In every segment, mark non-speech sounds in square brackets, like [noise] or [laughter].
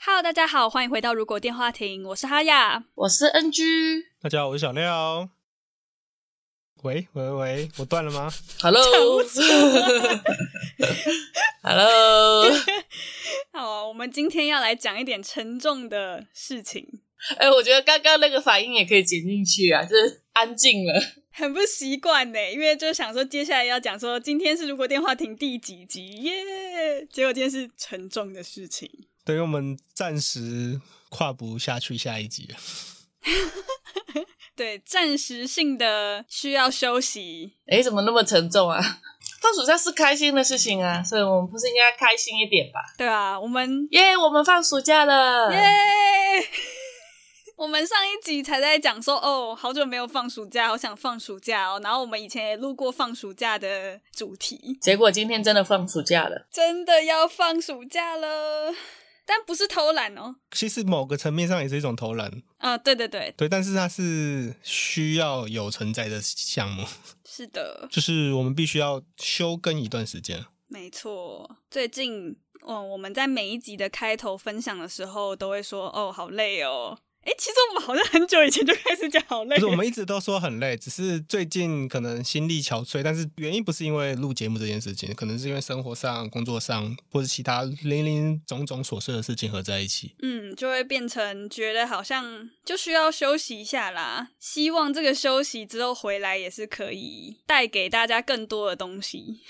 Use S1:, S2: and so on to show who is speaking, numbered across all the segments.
S1: Hello，大家好，欢迎回到《如果电话亭》，我是哈雅。
S2: 我是 NG。
S3: 大家好，我是小廖。喂喂喂，我断了吗？
S2: Hello，Hello，
S1: 好、啊，我们今天要来讲一点沉重的事情，
S2: [laughs] 哎、我觉得刚刚那个反应也可以剪进去啊，就是安静了。
S1: 很不习惯呢，因为就想说接下来要讲说今天是《如果电话亭》第几集耶结果今天是沉重的事情。
S3: 等于我们暂时跨不下去下一集了。
S1: 对，暂时性的需要休息。
S2: 哎，怎么那么沉重啊？放暑假是开心的事情啊，所以我们不是应该开心一点吧？
S1: 对啊，我们
S2: 耶、我们放暑假了。
S1: 耶！ [laughs] 我们上一集才在讲说，哦，好久没有放暑假，好想放暑假哦。然后我们以前也录过放暑假的主题，
S2: 结果今天真的放暑假了，
S1: 真的要放暑假了，但不是偷懒哦。
S3: 其实某个层面上也是一种投篮，
S1: 啊、对对对，
S3: 对，但是它是需要有存在的项目，
S1: 是的，
S3: 就是我们必须要休更一段时间。
S1: 没错。最近，嗯，我们在每一集的开头分享的时候，都会说，哦，好累哦。诶，其实我们好像很久以前就开始讲好累
S3: 不是，我们一直都说很累，只是最近可能心力憔悴，但是原因不是因为录节目这件事情，可能是因为生活上、工作上或者其他零零总总琐碎的事情合在一起。
S1: 嗯，就会变成觉得好像就需要休息一下啦。希望这个休息之后回来也是可以带给大家更多的东西，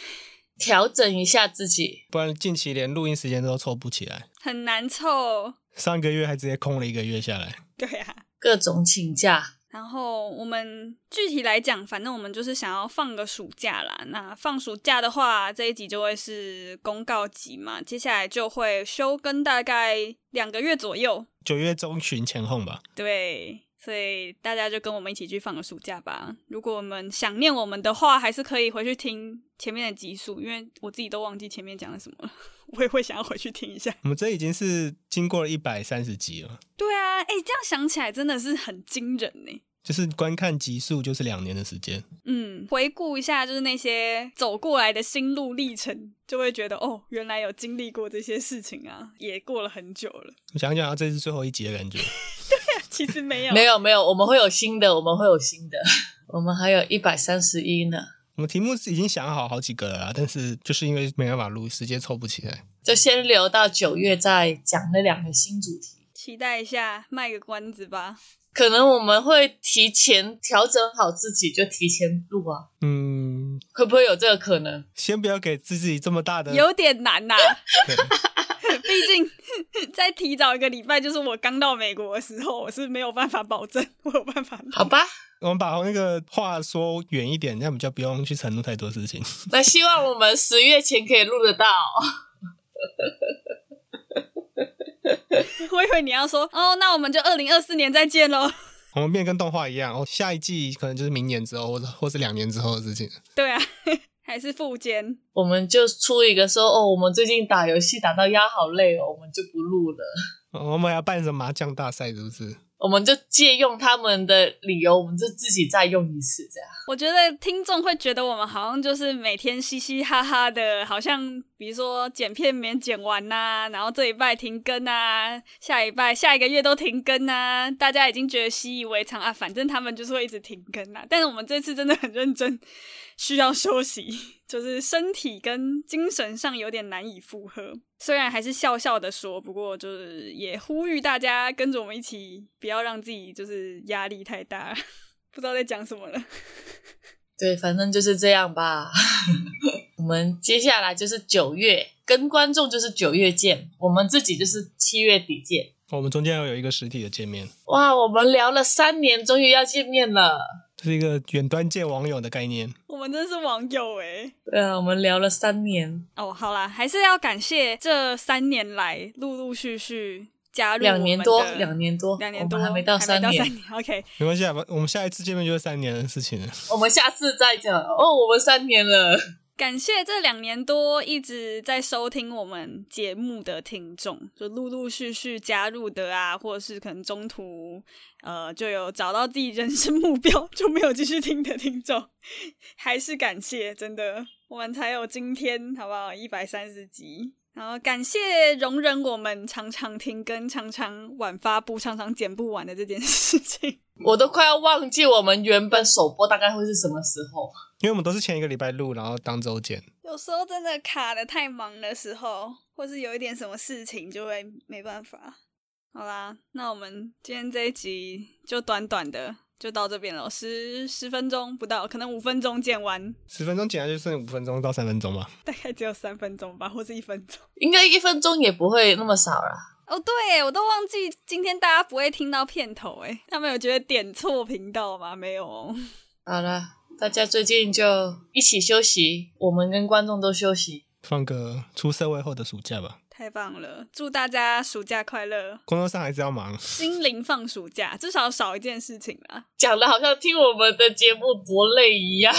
S2: 调整一下自己。
S3: 不然近期连录音时间都凑不起来，
S1: 很难凑。
S3: 上个月还直接空了一个月下来。
S1: 对啊，
S2: 各种请假，
S1: 然后我们具体来讲，反正我们就是想要放个暑假啦。那放暑假的话，这一集就会是公告集嘛，接下来就会休更大概两个月左右。
S3: 九月中旬前后吧，
S1: 对，所以大家就跟我们一起去放个暑假吧。如果我们想念我们的话，还是可以回去听前面的集数，因为我自己都忘记前面讲了什么了， [laughs] 我也会想要回去听一下。
S3: 我们这已经是经过了一百三十集了，
S1: 对啊，哎，这样想起来真的是很惊人呢、
S3: 就是观看集数就是两年的时间。
S1: 嗯，回顾一下，就是那些走过来的心路历程，就会觉得哦，原来有经历过这些事情啊，也过了很久了。 [laughs]
S3: 我想想啊，这是最后一集的感觉。
S1: 其实没有，
S2: 没有没有，我们会有新的，我们会有新的， [laughs] 我们还有一百三十一呢，
S3: 我们题目是已经想好好几个了啦，啊但是就是因为没办法录，时间凑不起来。
S2: 就先留到九月再讲那两个新主题。
S1: 期待一下，卖个关子吧。
S2: 可能我们会提前调整好自己，就提前录啊，
S3: 嗯，
S2: 会不会有这个可能？
S3: 先不要给自己这么大的
S1: 有点难呐、
S3: 对
S1: [laughs] 毕竟 [laughs] 再提早一个礼拜，就是我刚到美国的时候，我是没有办法保证 [laughs] 我有办法。
S2: 好吧，
S3: 我们把那个话说远一点，这样比较不用去承诺太多事情。
S2: 那希望我们十月前可以录得到。
S1: 我以为你要说哦，那我们就二零二四年再见喽。
S3: 我们变跟动画一样，哦，下一季可能就是明年之后，或者或是两年之后的事情。
S1: [laughs] 对啊， [laughs] 还是复健。
S2: 我们就出一个说哦，我们最近打游戏打到腰好累哦，我们就不录了。
S3: 哦我们还要办什么麻将大赛，是不是？
S2: 我们就借用他们的理由，我们就自己再用一次，这样
S1: 我觉得听众会觉得我们好像就是每天嘻嘻哈哈的，好像比如说剪片没剪完呐、然后这一拜停更啊，下一拜下一个月都停更啊，大家已经觉得习以为常啊，反正他们就是会一直停更啊。但是我们这次真的很认真，需要休息， [laughs] 就是身体跟精神上有点难以负荷。虽然还是笑笑的说，不过就是也呼吁大家跟着我们一起，不要让自己就是压力太大。 [laughs] 不知道在讲什么了。
S2: 对，反正就是这样吧。 [laughs] 我们接下来就是九月，跟观众就是九月见，我们自己就是七月底见。
S3: 哦我们中间要有一个实体的见面，
S2: 哇，我们聊了三年，终于要见面了。
S3: 这是一个远端见网友的概念。
S1: 我们真是网友诶、
S2: 对啊，我们聊了三年，
S1: 哦，好啦，还是要感谢这三年来陆陆续续加入
S2: 两年多
S1: 啊我们，的
S2: 两年多，
S1: 两年多
S2: 我们还没到三
S1: 还没
S2: 年。
S1: 年。OK，
S3: 没关系啊，我们下一次见面就是三年的事情了。
S2: [laughs] 我们下次再讲哦，我们三年了。
S1: 感谢这两年多一直在收听我们节目的听众，就陆陆续续加入的啊，或者是可能中途呃就有找到自己人生目标就没有继续听的听众， [laughs] 还是感谢，真的，我们才有今天，好不好？一百三十集。然后感谢容忍我们常常停更、常常晚发布、常常剪不完的这件事情。
S2: 我都快要忘记我们原本首播大概会是什么时候。
S3: 因为我们都是前一个礼拜录，然后当周剪。
S1: 有时候真的卡的太忙的时候，或是有一点什么事情，就会没办法。好啦，那我们今天这一集就短短的就到这边了，十十分钟不到，可能五分钟剪完，
S3: 十分钟剪完就剩五分钟到三分钟嘛。
S1: 大概只有三分钟吧，或是一分钟。
S2: 应该一分钟也不会那么少啦。
S1: 哦，对，我都忘记今天大家不会听到片头，哎，他们有觉得点错频道吗？没有哦，
S2: 好了，大家最近就一起休息，我们跟观众都休息。
S3: 放个出社会后的暑假吧，
S1: 太棒了！祝大家暑假快乐，
S3: 工作上还是要忙。
S1: 心灵放暑假，至少少一件事情啦。
S2: 讲的好像听我们的节目多累一样。 [laughs]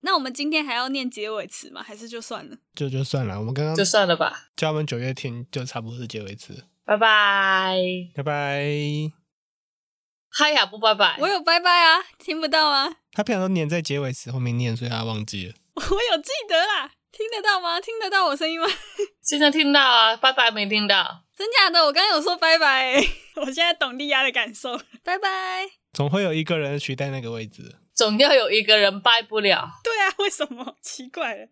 S1: 那我们今天还要念结尾词吗？还是就算了？
S3: 就就算了，我们刚刚
S2: 就算了吧，
S3: 叫他们九月听，就差不多是结尾词。
S2: 拜拜。
S3: 拜拜。
S2: 嗨呀，不拜拜。
S1: 我有拜拜啊，听不到吗？
S3: 他平常都粘在结尾词后面念，所以他忘记了。
S1: 我有记得啦，听得到吗？听得到我声音吗？ [laughs]
S2: 现在听到啊，拜拜没听到。
S1: 真假的？我刚刚有说拜拜、欸， [laughs] 我现在懂莉亚的感受了，拜拜。
S3: 总会有一个人取代那个位置。
S2: 总要有一个人拜不了。
S1: 对啊，为什么？奇怪了。